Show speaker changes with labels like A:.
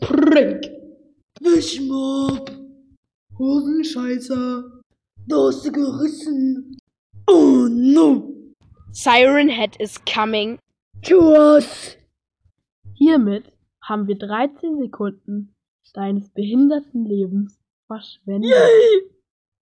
A: Prank.
B: Wischmob. Hosenscheißer. Nase gerissen. Oh no.
C: Siren Head is coming.
B: Tschüss.
D: Hiermit haben wir 13 Sekunden deines behinderten Lebens verschwendet.
B: Yay.